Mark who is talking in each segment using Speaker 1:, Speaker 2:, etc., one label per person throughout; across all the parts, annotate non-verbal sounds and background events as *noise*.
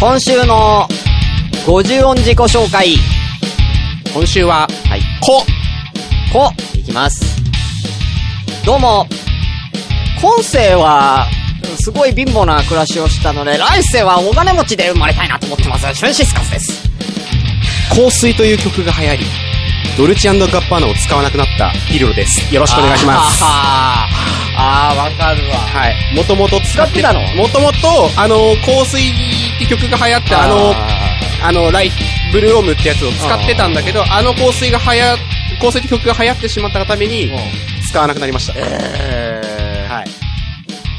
Speaker 1: 今週の50音自己紹介。
Speaker 2: 今週は、
Speaker 1: はい。
Speaker 2: こ、
Speaker 1: こ、いきます。どうも、今世は、すごい貧乏な暮らしをしたので、来世はお金持ちで生まれたいなと思ってます。シュンシスカスです。
Speaker 2: 香水という曲が流行り、ドルチアンドガッパーナを使わなくなったピルロです。よろしくお願いします。
Speaker 1: あーあー、わかるわ。
Speaker 2: はい。もともと
Speaker 1: 使ってたの
Speaker 2: もともと、あの、香水って曲が流行って、あの、あの、ライ、ブルーオムってやつを使ってたんだけど、あの香水が流行、香水って曲が流行ってしまったがために、使わなくなりました。
Speaker 1: えー、
Speaker 2: はい。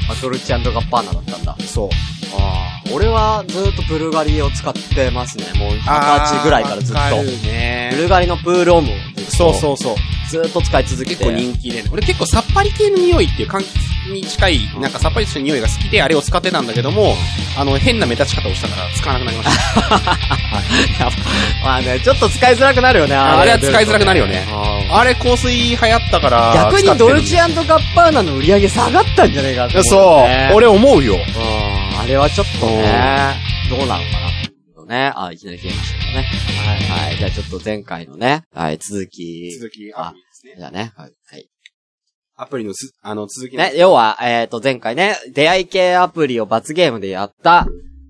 Speaker 1: あドルチアンドガッパーナだったんだ。
Speaker 2: そう。
Speaker 1: あー俺はずーっとブルガリを使ってますね。もう二十
Speaker 2: あー
Speaker 1: 歳ぐらいからずっ
Speaker 2: わか
Speaker 1: と
Speaker 2: る。ね
Speaker 1: ブルガリのプールオムを。
Speaker 2: そうそううそう。
Speaker 1: ずーっと使い続けて。
Speaker 2: 結構人気で、俺結構さっぱり系の匂いっていう柑橘に近い、なんかさっぱりした匂いが好きで、あれを使ってたんだけども、あの、変な目立ち方をしたから使わなくなりました。
Speaker 1: やっ *laughs* ぱまあね、ちょっと *laughs* 使いづらくなるよね。
Speaker 2: あれは使いづらくなるよね
Speaker 1: あ
Speaker 2: あれ香水流行ったから、
Speaker 1: ー逆
Speaker 2: 使っ
Speaker 1: に
Speaker 2: てる
Speaker 1: ドルチアンドガッパーナの売り上げ下がったんじゃねえかと
Speaker 2: そう
Speaker 1: 思よね、
Speaker 2: 俺思うよ。
Speaker 1: うん、あれはちょっとね、どうなのかな。ね、あ、いきなり消えましたけどね。はい。はい。じゃあちょっと前回のね、はい、続き。
Speaker 2: 続き、
Speaker 1: あ
Speaker 2: アプリですね。
Speaker 1: じゃあね、はい。はい
Speaker 2: アプリのす、あの、続きの
Speaker 1: ね、要は、えっ、と、前回ね、出会い系アプリを罰ゲームでやった、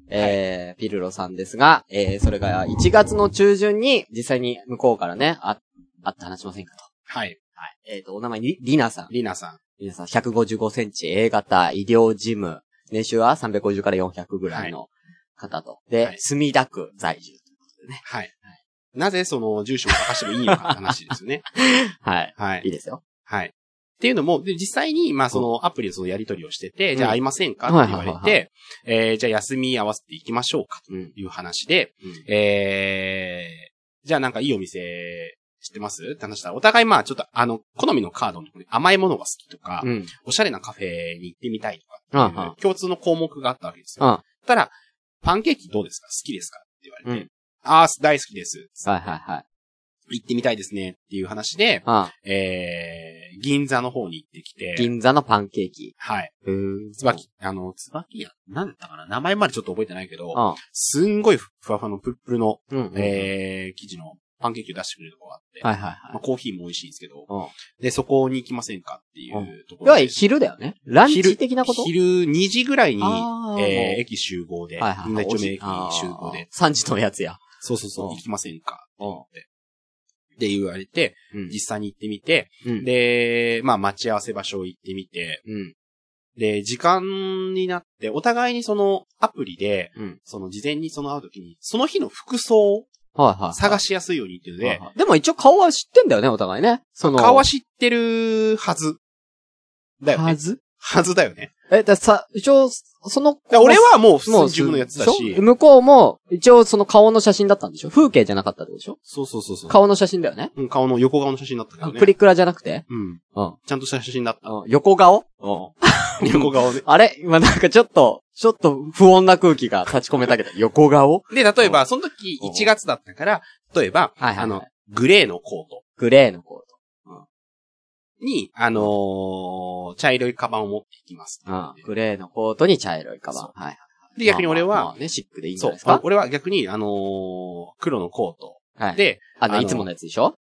Speaker 1: えーピルロさんですが、えー、それが1月の中旬に、実際に向こうからね、あ、あって話しませんかと。
Speaker 2: はい。
Speaker 1: えっ、と、お名前に、リナさん。
Speaker 2: リナさん。
Speaker 1: リナさん、155センチ、A 型、医療事務、年収は350から400ぐらいの方と。で、
Speaker 2: はい
Speaker 1: 墨田区在住。
Speaker 2: はい。なぜその住所を明かしてもいいのかって話ですよ
Speaker 1: *laughs*
Speaker 2: ね。
Speaker 1: はい。
Speaker 2: はい
Speaker 1: い。いですよ。
Speaker 2: はい。っていうのも、で、実際に、まあ、その、アプリでそのやり取りをしてて、
Speaker 1: うん
Speaker 2: じゃあ会いませんかって言われ
Speaker 1: はいはいは
Speaker 2: て、えー、じゃあ休み合わせていきましょうか、と
Speaker 1: うん。
Speaker 2: いう話で、えー、じゃあなんかいいお店、知ってますって話したら、お互いまあ、ちょっとあの、好みのカードのとこに甘いものが好きとか、
Speaker 1: うん。
Speaker 2: おしゃれなカフェに行ってみたいとか
Speaker 1: うん。うん。
Speaker 2: っていう共通の項目があったわけです
Speaker 1: うん
Speaker 2: よ。たら、パンケーキどうですか好きですかって言われて、
Speaker 1: うん
Speaker 2: ああ、大好きです。
Speaker 1: はいはいはい。
Speaker 2: 行ってみたいですね。っていう話で、
Speaker 1: あ
Speaker 2: えー、銀座の方に行ってきて、
Speaker 1: 銀座のパンケーキ。
Speaker 2: はい。
Speaker 1: へー
Speaker 2: 椿、あの、椿屋、なんだったかな名前までちょっと覚えてないけど、
Speaker 1: あ
Speaker 2: すんごいふふわふわのプルプルの、
Speaker 1: うん。うん。
Speaker 2: えー、生地のパンケーキを出してくれるとこがあって、
Speaker 1: はいはいはい。
Speaker 2: まあ、コーヒーも美味しいんですけど、
Speaker 1: うん
Speaker 2: で、そこに行きませんかっていうと
Speaker 1: 要
Speaker 2: ころ
Speaker 1: は
Speaker 2: で。
Speaker 1: 昼だよね。ランチ
Speaker 2: 昼
Speaker 1: 的なこと
Speaker 2: 昼2時ぐらいに、
Speaker 1: あー
Speaker 2: えー、駅集合で、みんな一丁目駅集合で、
Speaker 1: 3時のやつや。
Speaker 2: そうそうそう、
Speaker 1: うん
Speaker 2: 行きませんかって言って。って言われて、
Speaker 1: うん
Speaker 2: 実際に行ってみて、
Speaker 1: うん
Speaker 2: で、まあ待ち合わせ場所行ってみて、
Speaker 1: うん。
Speaker 2: で、時間になって、お互いにそのアプリで、
Speaker 1: うん。
Speaker 2: その事前にその会うときに、その日の服装を
Speaker 1: はいはい。
Speaker 2: 探しやすいようにっていうの
Speaker 1: はい
Speaker 2: で、
Speaker 1: はいでも一応顔は知ってんだよね、お互いね。その。
Speaker 2: 顔は知ってるはず。だよ
Speaker 1: は
Speaker 2: ね。
Speaker 1: ず
Speaker 2: はずだよね。
Speaker 1: え、ださ、一応、その
Speaker 2: だから俺はもう普通に
Speaker 1: もう
Speaker 2: 自分のやつだ
Speaker 1: でょ
Speaker 2: し、
Speaker 1: 向こうも、一応その顔の写真だったんでしょ風景じゃなかったってことでしょ
Speaker 2: そうそうそうそう
Speaker 1: 顔の写真だよね。
Speaker 2: うん顔の横顔の写真だったけどね
Speaker 1: プ。リクラじゃなくて
Speaker 2: うん。
Speaker 1: うん。
Speaker 2: ちゃんとした写真だった。
Speaker 1: 横顔
Speaker 2: *laughs* 横顔ね。
Speaker 1: あれ今なんかちょっと、ちょっと不穏な空気が立ち込め
Speaker 2: *laughs*
Speaker 1: たけど、横顔
Speaker 2: で、例えば、その時
Speaker 1: うん
Speaker 2: 1月だったから、例えば、
Speaker 1: はいはいはい
Speaker 2: あの、グレーのコート
Speaker 1: グレーのコー
Speaker 2: に、あのー茶色いカバンを持っていきます。
Speaker 1: ト。うん。グレーのコートに茶色いカバン
Speaker 2: そ。
Speaker 1: はいはい。
Speaker 2: で、逆に俺
Speaker 1: まあまあ
Speaker 2: は
Speaker 1: ま、あね、シックでいいんじゃ
Speaker 2: そ
Speaker 1: ないうですか、
Speaker 2: 俺は逆に、あのー黒のコート。
Speaker 1: はい。
Speaker 2: で、
Speaker 1: あの、
Speaker 2: あの
Speaker 1: いつものやつでしょ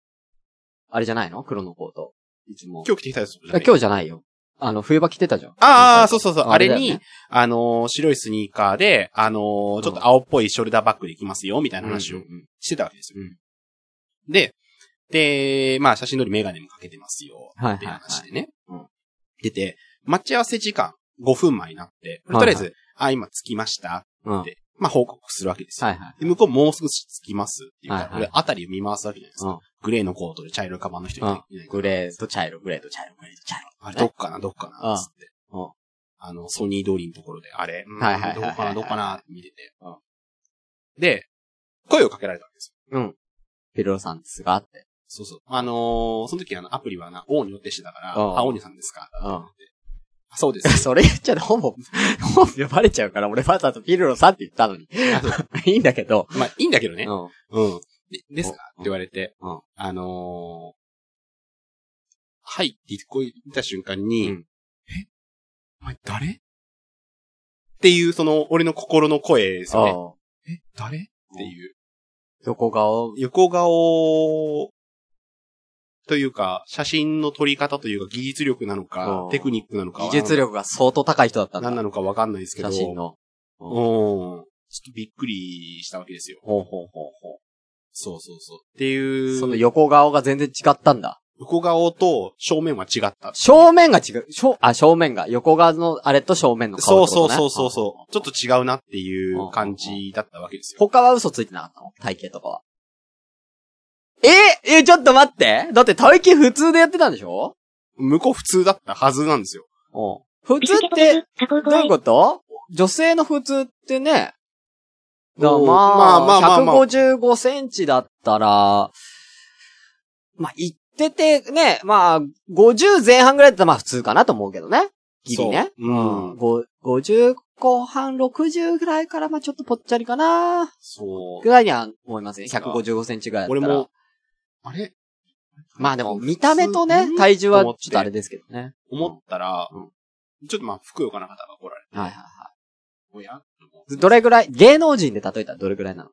Speaker 1: あれじゃないの黒のコート。いつも。
Speaker 2: 今日着てきたやつじゃな
Speaker 1: あ
Speaker 2: い
Speaker 1: 今日じゃないよ。あの、冬場着てたじゃん。
Speaker 2: ああ、そうそうそう。あ
Speaker 1: あれだ
Speaker 2: れ
Speaker 1: よね
Speaker 2: に、あのー白いスニーカーで、あのーちょっと青っぽいショルダーバッグで行きますよ、みたいな話を
Speaker 1: うんうんうん
Speaker 2: してたわけですよ。
Speaker 1: うん
Speaker 2: で、で、まあ、写真通りメガネもかけてますよ、
Speaker 1: はいは
Speaker 2: っ
Speaker 1: い
Speaker 2: ていう
Speaker 1: はい。
Speaker 2: 話でね。
Speaker 1: うん
Speaker 2: 出て、待ち合わせ時間5分前になって、
Speaker 1: はいはい
Speaker 2: とりあえず、あ、今着きました
Speaker 1: うん。
Speaker 2: っ
Speaker 1: はい
Speaker 2: て、まあ、報告するわけですよ。
Speaker 1: はい。
Speaker 2: で向こうもう少し着きますっていうから、
Speaker 1: はいはい
Speaker 2: 俺、あたりを見回すわけじゃないですか。
Speaker 1: うん
Speaker 2: グレーのコートで茶色いカバンの人いないいないか
Speaker 1: グ
Speaker 2: ら
Speaker 1: レーと茶色、グレーと茶色、グレーと茶色。
Speaker 2: あれ、どっかな、どっか
Speaker 1: うん
Speaker 2: な、つって。
Speaker 1: うん
Speaker 2: あの、ソニー通りのところで、あれ、うん
Speaker 1: はいはいはいはい
Speaker 2: どっかな、どっかな、って見てて
Speaker 1: うん。
Speaker 2: で、声をかけられたんですよ。
Speaker 1: ピロロさんですがって。
Speaker 2: そうそう。あのー、その時あの、アプリはな、王に予定してたから、
Speaker 1: うん
Speaker 2: あ、王にさんですか
Speaker 1: うん。
Speaker 2: あそう
Speaker 1: *laughs*
Speaker 2: です。
Speaker 1: それ言っちゃうと、ほぼ、ほぼ呼ばれちゃうから、俺わざとピルロさんって言ったのに。
Speaker 2: あそう
Speaker 1: *laughs* いいんだけど。
Speaker 2: まあ、いいんだけどね。
Speaker 1: うん。
Speaker 2: うん。でですかって
Speaker 1: うん
Speaker 2: 言われて
Speaker 1: うん、
Speaker 2: あのー、はいって言ってこいた瞬間
Speaker 1: う
Speaker 2: に、え
Speaker 1: ん
Speaker 2: お前誰っていう、その、俺の心の声ですよね。
Speaker 1: お
Speaker 2: え、誰っていう。
Speaker 1: 横顔。
Speaker 2: 横顔、というか、写真の撮り方というか、技術力なの
Speaker 1: う
Speaker 2: か
Speaker 1: ん、
Speaker 2: テクニックなのか、
Speaker 1: 技術力が相当高い人だったんだ。
Speaker 2: 何なのかわかんないですけど、
Speaker 1: 写真の。
Speaker 2: うん。ちょっとびっくりしたわけですよ。
Speaker 1: ほうほうほうほ。
Speaker 2: そうそうそう。っていうう、
Speaker 1: その横顔が全然違ったんだ。
Speaker 2: 横顔と正面は違った。
Speaker 1: 正面が違う。正、あ、正面が。横側のあれと正面の顔
Speaker 2: そ
Speaker 1: ってこと
Speaker 2: うそう
Speaker 1: ね。
Speaker 2: そうそう
Speaker 1: う。
Speaker 2: そう。ちょっと違うなっていう感じだったわけですよ。
Speaker 1: 他は嘘ついてなかったの体型とかは。ええ、ちょっと待ってだって体型普通でやってたんでしょ
Speaker 2: 向こう普通だったはずなんですよ。
Speaker 1: うん。普通
Speaker 3: 通
Speaker 1: っ
Speaker 3: ってて、、加工
Speaker 1: ど
Speaker 3: 怖
Speaker 1: ういう
Speaker 3: い。
Speaker 1: こと女性の普通ってね、だから
Speaker 2: うん
Speaker 1: まあ、
Speaker 2: まあまあまあまあ
Speaker 1: 155センチだったら、まあ、言っててね、まあ、50前半ぐらいだったらまあ普通かなと思うけどね。ギリね。
Speaker 2: そう。うん。
Speaker 1: ご50後半、60ぐらいから、まあちょっとぽっちゃりかな
Speaker 2: そう
Speaker 1: ぐ。らいには思いますね。155センチぐらいだっ
Speaker 2: 俺
Speaker 1: たら
Speaker 2: も。、あれ
Speaker 1: まあでも、見た目とね
Speaker 2: 普通、
Speaker 1: 体重はちょっとあれですけどね。
Speaker 2: 思ったら、
Speaker 1: うん
Speaker 2: ちょっとまあ、ふくよかな方が来られて、
Speaker 1: はいはいは
Speaker 2: おやと思
Speaker 1: い。どれぐらい、芸能人で例えたらどれぐらいなの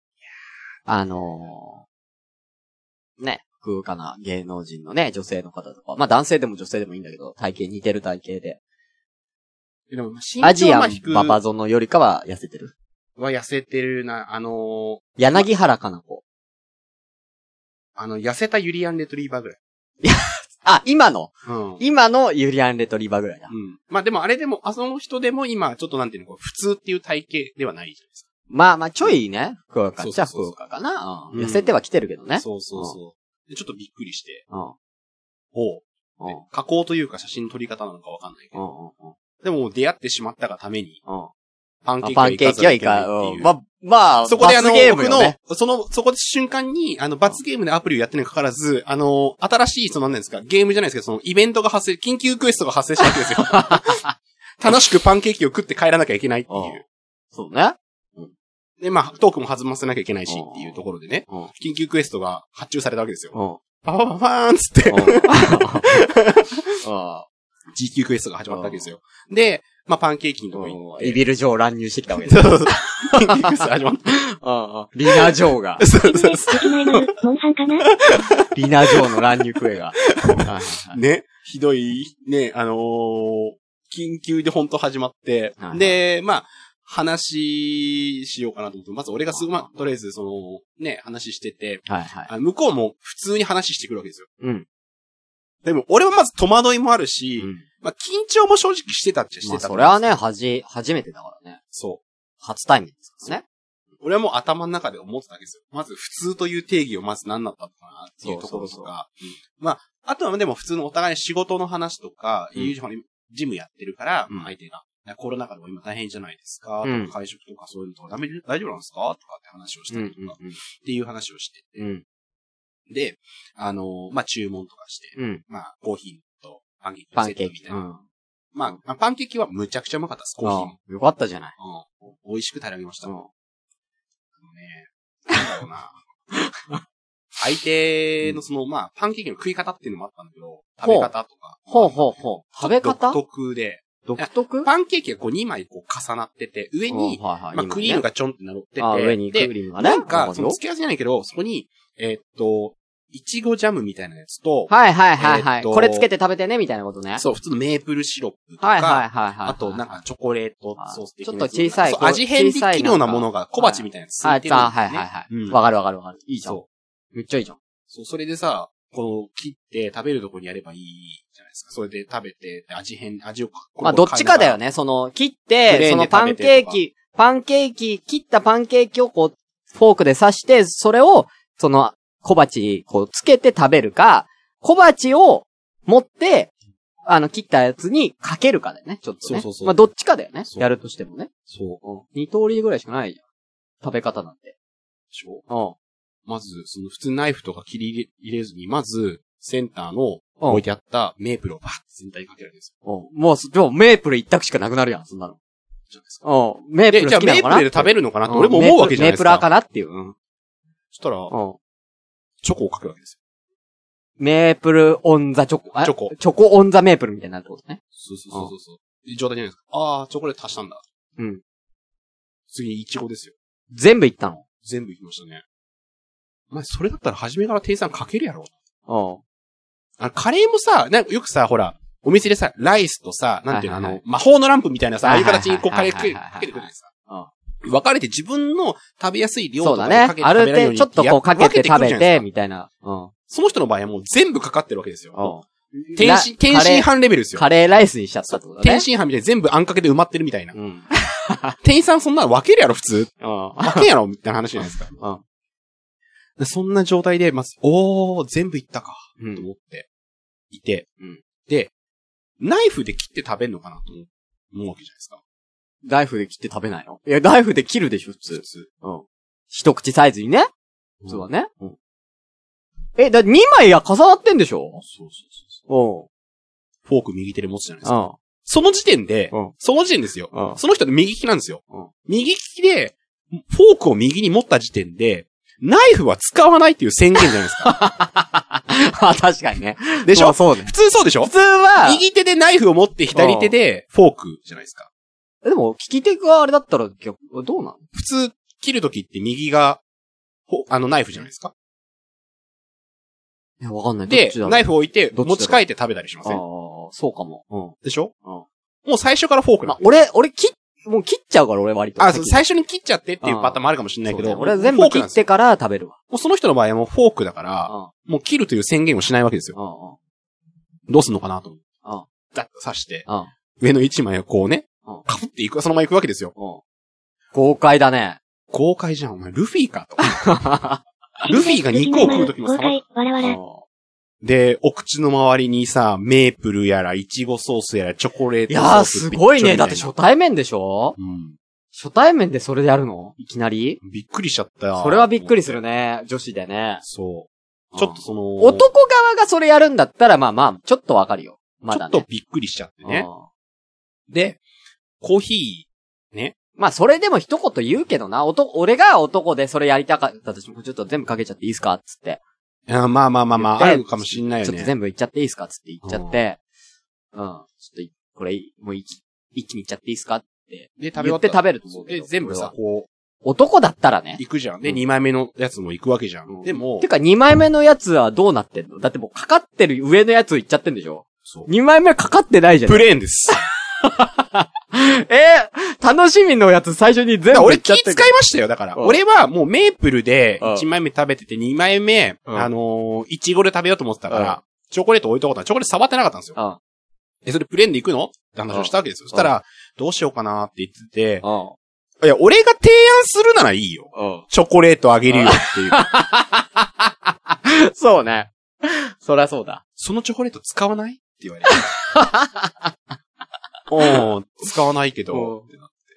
Speaker 1: あのー、ね、空かな芸能人のね、女性の方とか。まあ男性でも女性でもいいんだけど、体型似てる体型で。
Speaker 2: う。でも、身
Speaker 1: アジ
Speaker 2: 長
Speaker 1: ア
Speaker 2: は
Speaker 1: ン
Speaker 2: 低く
Speaker 1: ババゾノよりかは痩せてる。
Speaker 2: は痩せてるな、あのー
Speaker 1: 柳原かな子。
Speaker 2: あの、痩せたユリアンレトリーバーぐらい。
Speaker 1: あ、今の
Speaker 2: うん。うん。
Speaker 1: 今のユリアンレトリバーぐらいだ。
Speaker 2: まあでもあれでも、あその人でも今、ちょっとなんていうの、こう普通っていう体型ではないじゃないです
Speaker 1: まあまあ、ちょいね、福岡っちゃ
Speaker 2: そう
Speaker 1: 福
Speaker 2: そうそう
Speaker 1: 岡かな。うん
Speaker 2: うん
Speaker 1: 痩せては来てるけど
Speaker 2: か。
Speaker 1: ね。
Speaker 2: そうそうそう。でちょっとびっくりして、
Speaker 1: うん。うん。
Speaker 2: おう
Speaker 1: うん。
Speaker 2: 加工というか写真撮り方なのかわかんないけ
Speaker 1: う
Speaker 2: ど。
Speaker 1: ん。うん
Speaker 2: でも、出会ってしまったがために、
Speaker 1: うん。
Speaker 2: パン
Speaker 1: ま
Speaker 2: ケ
Speaker 1: あパ
Speaker 2: ーキは
Speaker 1: ン
Speaker 2: い
Speaker 1: ケ
Speaker 2: か
Speaker 1: ー
Speaker 2: ず
Speaker 1: キはい
Speaker 2: にいけない
Speaker 1: か
Speaker 2: って
Speaker 1: ん。
Speaker 2: いう。
Speaker 1: まあ、まあ、
Speaker 2: そこであの、
Speaker 1: 罰ゲーム
Speaker 2: 僕
Speaker 1: よ
Speaker 2: の
Speaker 1: ね。、
Speaker 2: その、そこで瞬間に、あの、罰ゲームでアプリをやってるにもかかわらず、あの、新しい、その何ですか、ゲームじゃないですけど、そのイベントが発生、緊急クエストが発生したわけですよ。
Speaker 1: *laughs*
Speaker 2: 楽しくパンケーキを食って帰らなきゃいけないっていう。
Speaker 1: そうね。
Speaker 2: で、まあ、トークも弾ませなきゃいけないし
Speaker 1: うん
Speaker 2: っていうところでね、
Speaker 1: うん。
Speaker 2: 緊急クエストが発注されたわけですよ。
Speaker 1: うん。
Speaker 2: パパパパーンっつ *laughs* って、
Speaker 1: う
Speaker 2: GQ クエストが始まったわけですよ。で、まあ、パンケーキのとこ
Speaker 1: ん
Speaker 2: 行っ
Speaker 1: うん。イ
Speaker 2: て、
Speaker 1: ビル城乱入してきたわけです
Speaker 2: そうそうそう緊急クエスト始まっ
Speaker 1: うんうんリナ城が
Speaker 2: た。。そう
Speaker 3: 説
Speaker 2: そう
Speaker 3: 明
Speaker 2: そ。
Speaker 3: できないの、モンハンかな
Speaker 1: リナ城の乱入クエが。はいはいう
Speaker 2: ね、ひどい、ね、あのー緊急で本当始まって、
Speaker 1: はい
Speaker 2: で、まあ、話しようかなと思って、まず俺がすぐ、まあ、とりあえず、その、ね、話してて、
Speaker 1: はいはい。
Speaker 2: あ向こうも普通に話してくるわけですよ。
Speaker 1: うん。
Speaker 2: でも、俺はまず戸惑いもある
Speaker 1: う
Speaker 2: し、
Speaker 1: ん
Speaker 2: まあ、緊張も正直してたっちゃして
Speaker 1: まあ、
Speaker 2: た
Speaker 1: そ
Speaker 2: と思う
Speaker 1: れはね、はじ、初めてだからね。
Speaker 2: そ
Speaker 1: 初対面ですからね。
Speaker 2: う。俺はもう頭の中で思ってたわけですよ。まず、普通という定義をまず何だったのかなっていうところ
Speaker 1: そうそ
Speaker 2: と
Speaker 1: うそう
Speaker 2: か、まあ、あとはでも普通のお互い仕事の話とか、
Speaker 1: うん
Speaker 2: 友情にジムやってるから、
Speaker 1: うん
Speaker 2: 相手が、コロナ禍でも今大変じゃないですか、
Speaker 1: うん
Speaker 2: 会食とかそういうのとかダメ大丈夫なんですかとかって話をし
Speaker 1: う
Speaker 2: た
Speaker 1: ん
Speaker 2: りとか、っていう話をして
Speaker 1: うん。うん。
Speaker 2: て、で、あのーまあ、注文とかして、
Speaker 1: うん。
Speaker 2: まあ、コーヒーとパンケーキの
Speaker 1: パ
Speaker 2: セ
Speaker 1: ン
Speaker 2: ット
Speaker 1: ケー
Speaker 2: み
Speaker 1: キ。
Speaker 2: たいうな。
Speaker 1: ん。
Speaker 2: まあ、まあパンケーキはむちゃくちゃうまかったです、コーヒーも。
Speaker 1: うんよかったじゃない。
Speaker 2: うん美味しく平らげました。
Speaker 1: う
Speaker 2: ね
Speaker 1: ん
Speaker 2: なんだろうな。 *laughs* 相手のその、まあ、パンケーキの食い方っていうのもあったんだけど、食べ方とか。
Speaker 1: ほうほうほう。食べ方
Speaker 2: 独特で、
Speaker 1: 独特
Speaker 2: パンケーキがこう2枚こう重なってて、上に、
Speaker 1: ま
Speaker 2: まあ、クリームがちょんってなってて、
Speaker 1: あ上にク
Speaker 2: で、
Speaker 1: リームがね。
Speaker 2: なん
Speaker 1: な
Speaker 2: か、
Speaker 1: るほ
Speaker 2: そ
Speaker 1: ど
Speaker 2: の付け合わせじゃないけど、そこに、えーっと、いちごジャムみたいなやつと、
Speaker 1: はいはいはいは
Speaker 2: え
Speaker 1: い。
Speaker 2: ーと
Speaker 1: これつけて食べてね、みたいなことね。
Speaker 2: そう、普通のメープルシロップとか、
Speaker 1: はいはいはいはい。
Speaker 2: あと、なんか、チョコレートソース的なやつ
Speaker 1: ちょっと小さい
Speaker 2: そう
Speaker 1: こう
Speaker 2: 味変で
Speaker 1: 小さい
Speaker 2: 器用なものが小鉢みたいなやつ
Speaker 1: は
Speaker 2: つ
Speaker 1: い、
Speaker 2: いてるんだよね。
Speaker 1: あはいはいは
Speaker 2: う
Speaker 1: い。
Speaker 2: ん
Speaker 1: わかるわかるわかる。いいじゃん
Speaker 2: そ。
Speaker 1: めっちゃいいじゃん。
Speaker 2: う。そう、それでさ、こう、切って食べるとこにやればいいじゃないですか。それで食べて、味変、味をこう
Speaker 1: まあ、どっちかだよ
Speaker 2: ね。
Speaker 1: ね。その、切っ
Speaker 2: プレー
Speaker 1: て、
Speaker 2: ンで
Speaker 1: そのパンケー
Speaker 2: 食べ
Speaker 1: キ、パンケーキ、切ったパンケーキをこう、フォークで刺して、それを、その、小鉢、こう、つけて食べるか、小鉢を持って、あの、切ったやつにかけるかだよね。ちょっとね。
Speaker 2: そうそうそう
Speaker 1: まあ、どっちかだよね。
Speaker 2: そう
Speaker 1: やるとしてもね。
Speaker 2: そう。
Speaker 1: 二通りぐらいしかないじゃん。食べ方なんて。
Speaker 2: でしょ
Speaker 1: うん。
Speaker 2: まず、その普通ナイフとか切り入れ入れずに、まず、センターの
Speaker 1: うん
Speaker 2: 置いてあったメープルをバーって全体にかけるんですよ。
Speaker 1: うんもうす、でもメープル一択しかなくなるやん、そんなの。
Speaker 2: じゃないですか。
Speaker 1: うん。メープ
Speaker 2: で、
Speaker 1: ル
Speaker 2: じゃ
Speaker 1: 好
Speaker 2: あ
Speaker 1: きな
Speaker 2: メ
Speaker 1: のか
Speaker 2: ー
Speaker 1: な
Speaker 2: プルで食べるのかなって
Speaker 1: うん
Speaker 2: 俺も思うわけじゃないで
Speaker 1: メープルメープ
Speaker 2: すか。
Speaker 1: ルアーかなっていう。うん。
Speaker 2: そしたら、
Speaker 1: うん
Speaker 2: チョコをかけるわけですよ。
Speaker 1: メープルオンザチョコ。あ
Speaker 2: チョコ。
Speaker 1: チョコオンザメープルみたいになるってことね。
Speaker 2: そうそうそうそうそう。で状態じゃないですか。あー、チョコレート足したんだ。
Speaker 1: うん。
Speaker 2: 次、イチゴですよ。
Speaker 1: 全部行ったの。
Speaker 2: 全部行きましたね。まあ、それだったら初めから店員さんかけるやろ。
Speaker 1: お
Speaker 2: あの、カレーもさ、なんかよくさ、ほら、お店でさ、ライスとさ、なんていうの、
Speaker 1: はいはいはい
Speaker 2: あの、魔法のランプみたいなさ、ああいう形にこうカ
Speaker 1: は
Speaker 2: レ
Speaker 1: い
Speaker 2: ー
Speaker 1: は
Speaker 2: か
Speaker 1: い
Speaker 2: け
Speaker 1: はいはい
Speaker 2: かけてくるんですか。分かれて自分の食べやすい量
Speaker 1: そう
Speaker 2: と
Speaker 1: だ
Speaker 2: か
Speaker 1: ね
Speaker 2: かけ。て
Speaker 1: あ
Speaker 2: 食べ
Speaker 1: る
Speaker 2: られ
Speaker 1: 程度、
Speaker 2: るように
Speaker 1: ちょっとこうかけて食べ。
Speaker 2: や分けくるじゃないで
Speaker 1: て、
Speaker 2: すか
Speaker 1: みたいな。うん。
Speaker 2: その人の場合はもう全部かかってるわけですよ。
Speaker 1: お
Speaker 2: 天津、天津
Speaker 1: 飯。
Speaker 2: 飯レベルですよ。
Speaker 1: カレーライスにしちゃったってことだね。
Speaker 2: 天津飯みたいに全部あんかけで埋まってるみたいな。
Speaker 1: うん。
Speaker 2: 店員さんそんなの分けるやろ、普通。
Speaker 1: うん。
Speaker 2: 分けんやろ、みたいな話じゃないですか。
Speaker 1: うん
Speaker 2: でそんな状態で、まず、おー、全部いったか。
Speaker 1: うん
Speaker 2: と思っていて、
Speaker 1: うん
Speaker 2: で、ナイフで切って食べるのかなと思う思うわけじゃないですか。
Speaker 1: ナイフで切って食べないのいや、ナイフで切るでしょ、普
Speaker 2: 普
Speaker 1: 通。
Speaker 2: 通。
Speaker 1: うん。一口サイズにね。普通は
Speaker 2: ね。
Speaker 1: ね。うん。え、だ、二枚や重なってんでしょ
Speaker 2: そうそうそうう。フォーク右手で持つじゃない
Speaker 1: ん。
Speaker 2: ですか。
Speaker 1: うん。
Speaker 2: その時点で、
Speaker 1: うん
Speaker 2: その時点ですよ。
Speaker 1: うん
Speaker 2: その人の右利きなんですよ。
Speaker 1: うん
Speaker 2: 右利きで、フォークを右に持った時点で、ナイフは使わないっていう宣言じゃない *laughs* ですか。
Speaker 1: あ、確かにね。
Speaker 2: でしょ
Speaker 1: まあそうね。
Speaker 2: 普通そうでしょ
Speaker 1: 普通は、
Speaker 2: 右手でナイフを持って左手でフォークじゃないですか。
Speaker 1: でも、利き手があれだったら逆、どうなの
Speaker 2: 普通切るときって右が、ほあのナイフじゃないですか。
Speaker 1: いや、わかんない。
Speaker 2: で、ナイ
Speaker 1: フ
Speaker 2: フを置いて
Speaker 1: どっちだろ
Speaker 2: 持
Speaker 1: う
Speaker 2: ち替えて食べたりしません
Speaker 1: ああ、そうかも。う
Speaker 2: でしょ
Speaker 1: うん
Speaker 2: もう最初からフォーク
Speaker 1: ん。
Speaker 2: な
Speaker 1: まあ
Speaker 2: の、。
Speaker 1: 俺、俺、切っ、もう切っちゃうから、俺割と。
Speaker 2: あ、そ
Speaker 1: 先
Speaker 2: う
Speaker 1: に
Speaker 2: 最初に切っちゃってっていうパターンもあるかもしれないけ
Speaker 1: そう
Speaker 2: ど、
Speaker 1: ね俺は全部
Speaker 2: フォーク
Speaker 1: 切
Speaker 2: なん
Speaker 1: っ
Speaker 2: ですよ
Speaker 1: てから食べるわ。
Speaker 2: もうその人の場合はもうフォークだから、
Speaker 1: あ
Speaker 2: もう切るという宣言をしないわけですよ。
Speaker 1: あ、あ
Speaker 2: どうすんのかなと思って。
Speaker 1: あ、あ
Speaker 2: ザッと刺して、
Speaker 1: あ、
Speaker 2: 上の一枚をこうね
Speaker 1: うん、
Speaker 2: かぶっていく、そのまま行くわけですよ。
Speaker 1: うん。豪快だね。 *laughs*
Speaker 2: 豪快じゃん、お前。ルフィかと。 *laughs* ルフィが肉を食うときも
Speaker 3: *laughs* 豪
Speaker 2: さま
Speaker 3: 快、わらわら。
Speaker 2: で、お口の周りにさ、メープルやら、イチゴソースやら、チョコレー
Speaker 1: い
Speaker 2: トソース
Speaker 1: やー、すごいね。だって
Speaker 2: びちょ
Speaker 1: 初
Speaker 2: び
Speaker 1: 対面でしょ
Speaker 2: ちょに
Speaker 1: 初対面でそれでやるのいきなり
Speaker 2: うん。びっくりしちゃった。
Speaker 1: それはびっくりする。ね。女子でね。
Speaker 2: そう。ちょっとその、
Speaker 1: 男側がそれやるんだったら、まあまあ、ちょっとわかるよ。まだね。
Speaker 2: ちょっとびっくりしちゃってね。
Speaker 1: う
Speaker 2: で、コーヒ
Speaker 1: んまあ、それでも一言言うけどな。男、俺が男でそれやりたかったとしても、ちょっと全部かけちゃっていいですかっつって。
Speaker 2: ー、あまあまあまあまあ、
Speaker 1: 言っ
Speaker 2: あ
Speaker 1: て
Speaker 2: るかもしんないよ
Speaker 1: ちょっと
Speaker 2: ね。
Speaker 1: 全部いっちゃっていいですかっつって言っちゃって。うん。ちょっとい、これ、もう一一気にいっちゃっていいですか
Speaker 2: で、食べ終
Speaker 1: 言
Speaker 2: わ
Speaker 1: っ
Speaker 2: った
Speaker 1: て食べると思うけ
Speaker 2: で、
Speaker 1: ど。
Speaker 2: 全部さ、
Speaker 1: 俺は。
Speaker 2: こう、
Speaker 1: 男だったらね。
Speaker 2: 行くじゃん。で、
Speaker 1: うん
Speaker 2: 2枚目のやつも行くわけじゃ
Speaker 1: うん
Speaker 2: ん。でも
Speaker 1: て、か、2枚目のやつはどうなってんのだってもうかかってる上のやついっちゃってんでしょ
Speaker 2: そう
Speaker 1: ?2 枚目かかってないじゃん
Speaker 2: プ。レーンです。
Speaker 1: えー、楽しみのやつ最初に全
Speaker 2: だから
Speaker 1: 部い
Speaker 2: 俺
Speaker 1: っちゃ
Speaker 2: 気
Speaker 1: って
Speaker 2: 使い
Speaker 1: るから
Speaker 2: ましたよ、だから。
Speaker 1: うん
Speaker 2: 俺はもうメープルで
Speaker 1: うん
Speaker 2: 1枚目食べてて2枚目、
Speaker 1: うん
Speaker 2: あのー、いちごで食べようと思ってたから、
Speaker 1: う
Speaker 2: チョコレート置いとこうと思ったらチョコレート触ってなかったんですよ。
Speaker 1: うん
Speaker 2: え、それプレーンで行くのって話をしたわけですよ。そしたら、どうしようかなって言ってて、いや、俺が提案するならいいよ。
Speaker 1: うん。
Speaker 2: チョコレートあげるよっていう。
Speaker 1: うん。そうね。そりゃそうだ。
Speaker 2: *laughs* そのチョコレート使わないって言わ
Speaker 1: *laughs*
Speaker 2: れて。うん、使わないけど、ってなって。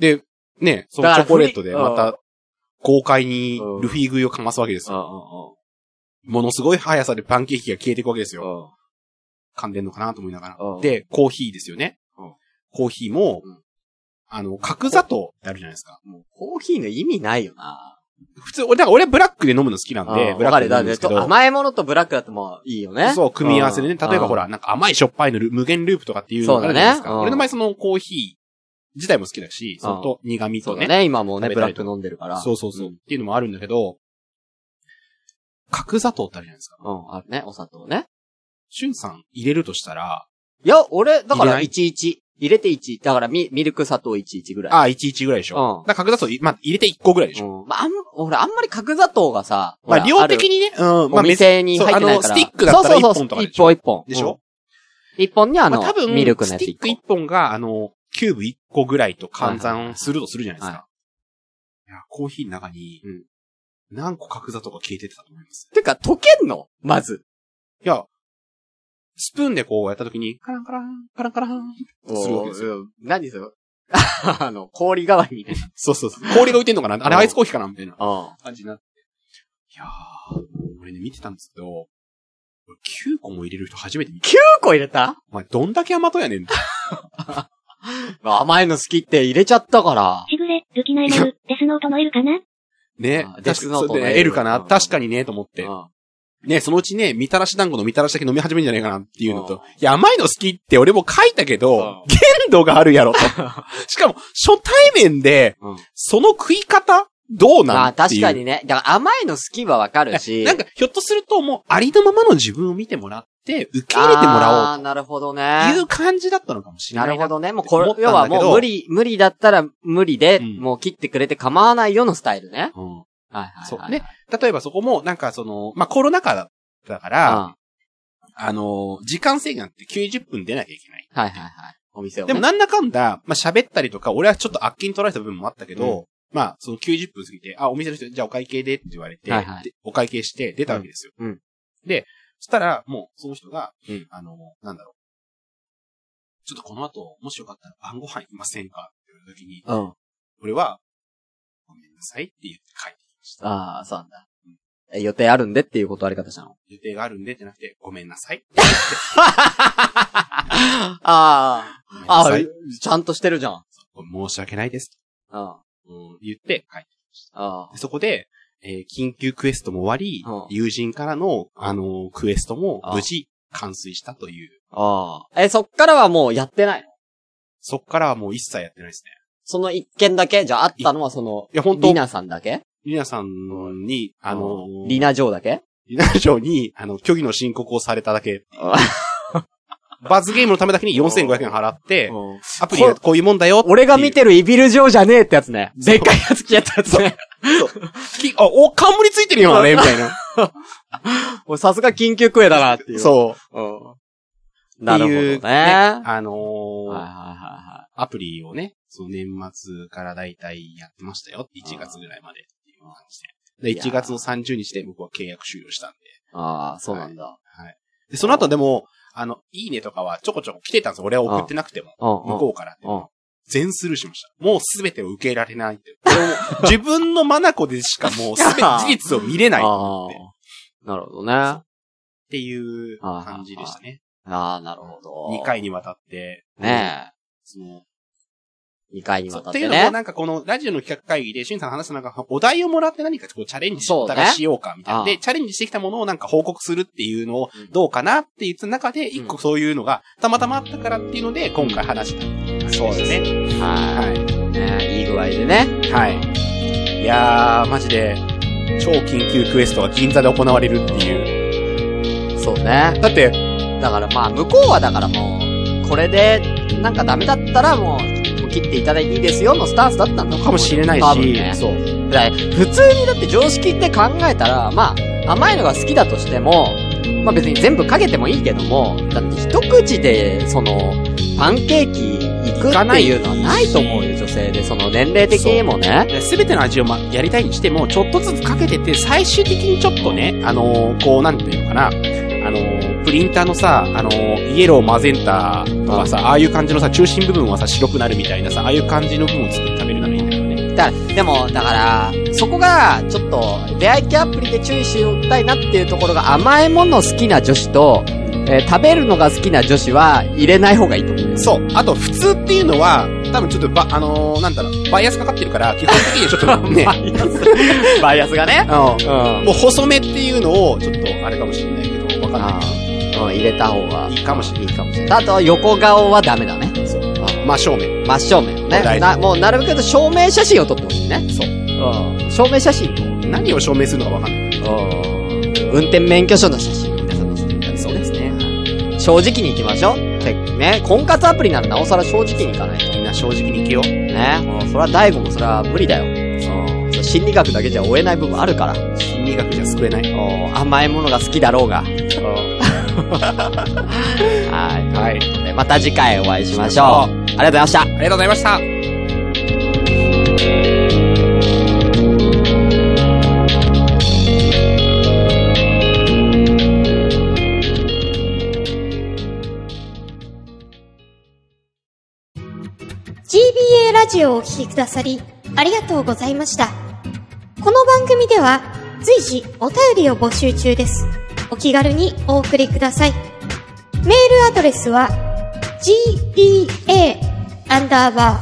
Speaker 2: で、ね、そのチョコレートで
Speaker 1: だから
Speaker 2: ま
Speaker 1: ふり
Speaker 2: た、豪快に
Speaker 1: うん
Speaker 2: ルフィ食いをかますわけです
Speaker 1: うんう
Speaker 2: よ。
Speaker 1: ん
Speaker 2: ものすごい速さでパンケーキが消えていくわけですよ。
Speaker 1: うん。うん。
Speaker 2: 噛んでんのかなと思いなが
Speaker 1: うん
Speaker 2: ら。で、コーヒーですよね
Speaker 1: うん。
Speaker 2: コーヒーも
Speaker 1: うん、
Speaker 2: あの、角砂糖ってあるじゃないですか。
Speaker 1: もうコーヒーの意味ないよな。
Speaker 2: 普通、俺、だから俺はブラックで飲むの好きなんで、
Speaker 1: うん
Speaker 2: ブラックで
Speaker 1: わか
Speaker 2: 飲む
Speaker 1: る
Speaker 2: んで
Speaker 1: よ
Speaker 2: すけど。
Speaker 1: 甘いものとブラックだともういいよね。
Speaker 2: そう、組み合わせでね。
Speaker 1: うん
Speaker 2: 例えばほ。
Speaker 1: うん
Speaker 2: ら、なんか甘いしょっぱいのル無限ループとかっていうのがあるじゃないです
Speaker 1: そうだね
Speaker 2: か。
Speaker 1: うん
Speaker 2: 俺の場合そのコーヒー自体も好きだし、それと苦味
Speaker 1: そ
Speaker 2: と
Speaker 1: うだ
Speaker 2: ね。
Speaker 1: ね。今もうね、
Speaker 2: 食
Speaker 1: ブ
Speaker 2: べた
Speaker 1: ラ
Speaker 2: り
Speaker 1: ッ
Speaker 2: と
Speaker 1: ク飲んでるから。
Speaker 2: そうそうそう。
Speaker 1: ん
Speaker 2: っていうのもあるんだけど、角砂糖ってあるじゃないですか。
Speaker 1: うん、あるね。お砂糖ね。
Speaker 2: しゅんさん入れるとしたら、
Speaker 1: いや、俺、だか
Speaker 2: 入れ
Speaker 1: ら
Speaker 2: ない
Speaker 1: 11。入れて1。だからミ、ミルク砂糖11ぐらい。
Speaker 2: ああ、11ぐらいでしょ。
Speaker 1: うん
Speaker 2: だから角砂糖、まあ、入れて1個ぐらいでしょ。
Speaker 1: うん。まあ、あん、俺、あんまり角砂糖がさ、
Speaker 2: まあ、
Speaker 1: ほら
Speaker 2: 量的
Speaker 1: る
Speaker 2: にね、うん、ま
Speaker 1: お
Speaker 2: あ、別
Speaker 1: 店に入ってないから。
Speaker 2: そうあのスティックだったら
Speaker 1: そうそう
Speaker 2: 一本とかでしょ
Speaker 1: そう一本一本。
Speaker 2: でしょ
Speaker 1: うん一本にあ
Speaker 2: ま
Speaker 1: の、
Speaker 2: あ、多分、
Speaker 1: ミルクの
Speaker 2: ス
Speaker 1: や
Speaker 2: テ
Speaker 1: つ
Speaker 2: ィッ
Speaker 1: 一
Speaker 2: ク
Speaker 1: 個。
Speaker 2: 1本が、あの、キューブ1個ぐらいと換算するとするじゃないです
Speaker 1: は
Speaker 2: か。いや、コーヒーの中に
Speaker 1: うん、
Speaker 2: 何個角砂糖が消えてたと思います。
Speaker 1: てか、溶けんのまず。
Speaker 2: いや、スプーンでこうやった時に、カランカラン、カランカラン。するわけです
Speaker 1: よ。何それ *laughs* あの、氷代わりみたいな。
Speaker 2: そうそうそう。氷が浮いてんのかなあれ
Speaker 1: うん
Speaker 2: アイスコーヒーかなみたいな
Speaker 1: うん。
Speaker 2: 感じになって。いやー、俺ね、見てたんですけど、俺9個も入れる人初めて見た。
Speaker 1: 9個入れた
Speaker 2: お前、どんだけ甘党やねんって。
Speaker 1: 甘いの好きって入れちゃったから。
Speaker 3: しぐれ、ルキナイナル、デスノートの L かな
Speaker 2: ね
Speaker 1: あ。デス
Speaker 2: 確
Speaker 1: ノ
Speaker 2: か
Speaker 1: ー
Speaker 2: に、
Speaker 1: トの
Speaker 2: それで
Speaker 1: L
Speaker 2: L かな
Speaker 1: うん
Speaker 2: 確かにね、と思って
Speaker 1: う。ん
Speaker 2: ね、そのうちね、みたらし団子のみたらしだけ飲み始めるんじゃないかなっていうのと、いや、甘いの好きって俺も書いたけど、
Speaker 1: うん
Speaker 2: 限度がある
Speaker 1: *laughs*
Speaker 2: やろと。しかも、初対面で、
Speaker 1: うん
Speaker 2: その食い方どうなん
Speaker 1: まあ
Speaker 2: って
Speaker 1: 確
Speaker 2: いう
Speaker 1: かにね。だから甘いの好きはわかるし。
Speaker 2: なんか、ひょっとするともう、ありのままの自分を見てもらって、受け入れてもらおう
Speaker 1: ああー、なるほど
Speaker 2: と
Speaker 1: ね。
Speaker 2: いう感じだったのかもしれ
Speaker 1: な
Speaker 2: ない。
Speaker 1: るほどね。もう
Speaker 2: 思っ
Speaker 1: こ
Speaker 2: た
Speaker 1: れ、
Speaker 2: んだけど
Speaker 1: 要はもう無理、無理だったら無理で、
Speaker 2: うん
Speaker 1: もう切ってくれて構わないよのスタイルね。
Speaker 2: うん。
Speaker 1: はいはい、はい。
Speaker 2: そうね。例えばそこも、なんかその、まあ、コロナ禍だか
Speaker 1: うん。
Speaker 2: ら、
Speaker 1: は
Speaker 2: あの、時間制限って90分出なきゃいけない。
Speaker 1: いはいはい。お店を、ね。
Speaker 2: でもなんだかんだ、まあ、喋ったりとか、俺はちょっとあっけに取られた部分もあったけ
Speaker 1: う
Speaker 2: ど、まあ、その90分過ぎて、あ、お店の人、じゃあお会計でって言われて、
Speaker 1: はいはい
Speaker 2: でお会計して出たわけですよ。
Speaker 1: うんうん
Speaker 2: で、そしたら、もう、その人が、
Speaker 1: うん
Speaker 2: あの、なんだろう。ちょっとこの後、もしよかったら晩ご飯いませんかって言うときに、
Speaker 1: うん。
Speaker 2: 俺は、ごめんなさいって言って帰ってきました。
Speaker 1: ああ、そうなんだ。え予定あるんでっていう断り方した
Speaker 2: *laughs*
Speaker 1: の。
Speaker 2: 予定があるんでってなくて、ごめんなさい。
Speaker 1: ああ
Speaker 2: ごめん
Speaker 1: ー。あ
Speaker 2: な
Speaker 1: あ
Speaker 2: さい
Speaker 1: ー、ちゃんとしてるじゃん。うん。
Speaker 2: 申し訳ないです。
Speaker 1: あ
Speaker 2: うん言って帰って
Speaker 1: あ
Speaker 2: で。そこで、えー緊急クエストも終わり、
Speaker 1: うん
Speaker 2: 友人からの、あのークエストも
Speaker 1: あ
Speaker 2: 無事完遂したという。
Speaker 1: ああ。え、そっからはもうやってないの
Speaker 2: そっからはもう一切やってないですね。
Speaker 1: その一件だけじゃあ、あったのはその、
Speaker 2: いや、本当
Speaker 1: リ
Speaker 2: リナ
Speaker 1: ナさんだけ
Speaker 2: さんに、あのー
Speaker 1: リナ嬢だけ
Speaker 2: リナ嬢に、あの、虚偽の申告をされた
Speaker 1: *laughs*
Speaker 2: だけ。罰ゲームのためだけに4500円払って、アプリ
Speaker 1: こ
Speaker 2: こういうもんだよっていう。
Speaker 1: 俺が見てるイビル嬢じゃねえってやつね。
Speaker 2: そう
Speaker 1: でっかいやつ来やったやつね。 *laughs*
Speaker 2: きあ、お、冠ついてるよ、あれ、みたいな。
Speaker 1: もうさすが緊急クエだなっていう。
Speaker 2: そう。
Speaker 1: うん。なるほど
Speaker 2: って
Speaker 1: ね
Speaker 2: いう。あのー
Speaker 1: はいはいは
Speaker 2: アプリをね、その年末からだいたいやってましたよ。1月ぐらいまでっていう感じで。
Speaker 1: い
Speaker 2: で、
Speaker 1: やー
Speaker 2: 1月の30日で僕は契約終了したんで。
Speaker 1: いはい。ああ、そうなんだ。
Speaker 2: はい。で、その後でも、あの、いいねとかはちょこちょこ来てたんですよ。俺は送ってなくても。
Speaker 1: うんうん。
Speaker 2: 向こうからっていうの
Speaker 1: うん
Speaker 2: は。全スルーしました。もうすべてを受け入れられないって。俺も
Speaker 1: *laughs*
Speaker 2: 自分の眼でしかもうすべて事実を見れないと思って。っ
Speaker 1: ああ。なるほどね。あ
Speaker 2: ていう感じでしたね。
Speaker 1: あ、なるほど。
Speaker 2: 2。回にわたって。
Speaker 1: ね
Speaker 2: そ
Speaker 1: え。
Speaker 2: の
Speaker 1: 二回に
Speaker 2: そ
Speaker 1: わ
Speaker 2: う
Speaker 1: た
Speaker 2: っ
Speaker 1: ってて
Speaker 2: いうのも、
Speaker 1: ね。
Speaker 2: なんかこのラジオの企画会議で、しゅんさんの話したなんか、お題をもらって何かこうチャレンジ
Speaker 1: そう
Speaker 2: し
Speaker 1: ね
Speaker 2: たらしようか、みたいな、
Speaker 1: ああ
Speaker 2: で、チャレンジしてきたものをなんか報告するっていうのを
Speaker 1: うん、
Speaker 2: どうかなって言った中で、一個そういうのが、たまたまあったからっていうので、今回話したっていう感じ
Speaker 1: そうです
Speaker 2: ね。は。
Speaker 1: はいい。ねいい具合でね。
Speaker 2: はい。いやー、マジで、超緊急クエストが銀座で行われるっていう。
Speaker 1: そうね。
Speaker 2: だって、
Speaker 1: だからまあ、向こうはだからもう、これで、なんかダメだったらもう、もう切っていただいていいですよのスタンスだったの
Speaker 2: かもしれない
Speaker 1: 多分
Speaker 2: し、
Speaker 1: ね
Speaker 2: そう。
Speaker 1: だ普通にだって常識って考えたら、まあ、甘いのが好きだとしても、まあ別に全部かけてもいいけども、だって一口で、その、パンケーキ行くっていうのはないと思うよ、女性で。その年齢的にもね。
Speaker 2: すべての味を、ま、やりたいにしても、ちょっとずつかけてて、最終的にちょっとね、あのーこう、なんていうのかな、あのープリンターのさ、あのーイエロー、マゼンタとかさ、ああいう感じのさ、中心部分はさ、白くなるみたいなさ、ああいう感じの部分を作って食べるならいいんだよね。
Speaker 1: だでも、だから、そこが、ちょっと、出会い系アプリで注意しよったいなっていうところが、甘いもの好きな女子と、えー食べるのが好きな女子は、入れない方がいいと思うよ。
Speaker 2: そう。あと、普通っていうのは、多分ちょっとば、あのーなんだろう、バイアスかかってるから、基本的にはちょっとね、
Speaker 1: バイアスがね。
Speaker 2: う
Speaker 1: うん
Speaker 2: ん。。もう細めっていうのを、ちょっと、あれかもしれないけど、わかんない
Speaker 1: ああ、うん、入れた方が
Speaker 2: いいかもしれ
Speaker 1: いいかもしれない。あと、横顔はダメだね。
Speaker 2: けど。そ
Speaker 1: う
Speaker 2: う。
Speaker 1: ん
Speaker 2: 真正面。
Speaker 1: 真正面
Speaker 2: 大
Speaker 1: ね。
Speaker 2: 事
Speaker 1: な、もう、なるべく証明写真を撮ってほしいね。
Speaker 2: そう。
Speaker 1: うん。証明写真と、
Speaker 2: 何を証明するのかわかんない。
Speaker 1: 運転免許証の写真を皆さん載せていただいて。
Speaker 2: そうです
Speaker 1: ね。正直に行きましょう。てね、婚活アプリならなおさら正直に行かないと。
Speaker 2: みんな正直に生きよう。
Speaker 1: ね。もう、それは大悟もそれは無理だよ。うん。それ心理学だけじゃ追えない部分あるから。
Speaker 2: 心理学じゃ救えない。
Speaker 1: お甘いものが好きだろうが。はい。ということで、また次回お会いしましょう。ありがとうございました。
Speaker 2: ありがとうございました。
Speaker 4: GBA ラジオをお聴きくださり、ありがとうございました。この番組では、随時お便りを募集中です。お気軽にお送りください。メールアドレスは、gba, アンダーバ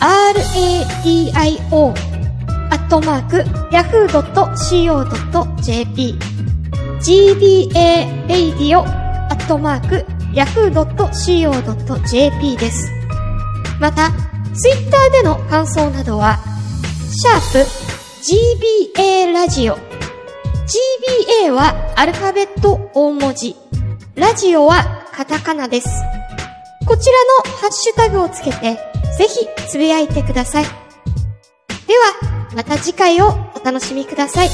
Speaker 4: ー、radio, アットマーク、yahoo.co.jp gbaradio.yahoo.co.jp です。また、ツイッターでの感想などは、シャープ gba ラジオ。gba はアルファベット大文字。ラジオはカタカナです。こちらのハッシュタグをつけて、ぜひつぶやいてください。では、また次回をお楽しみください。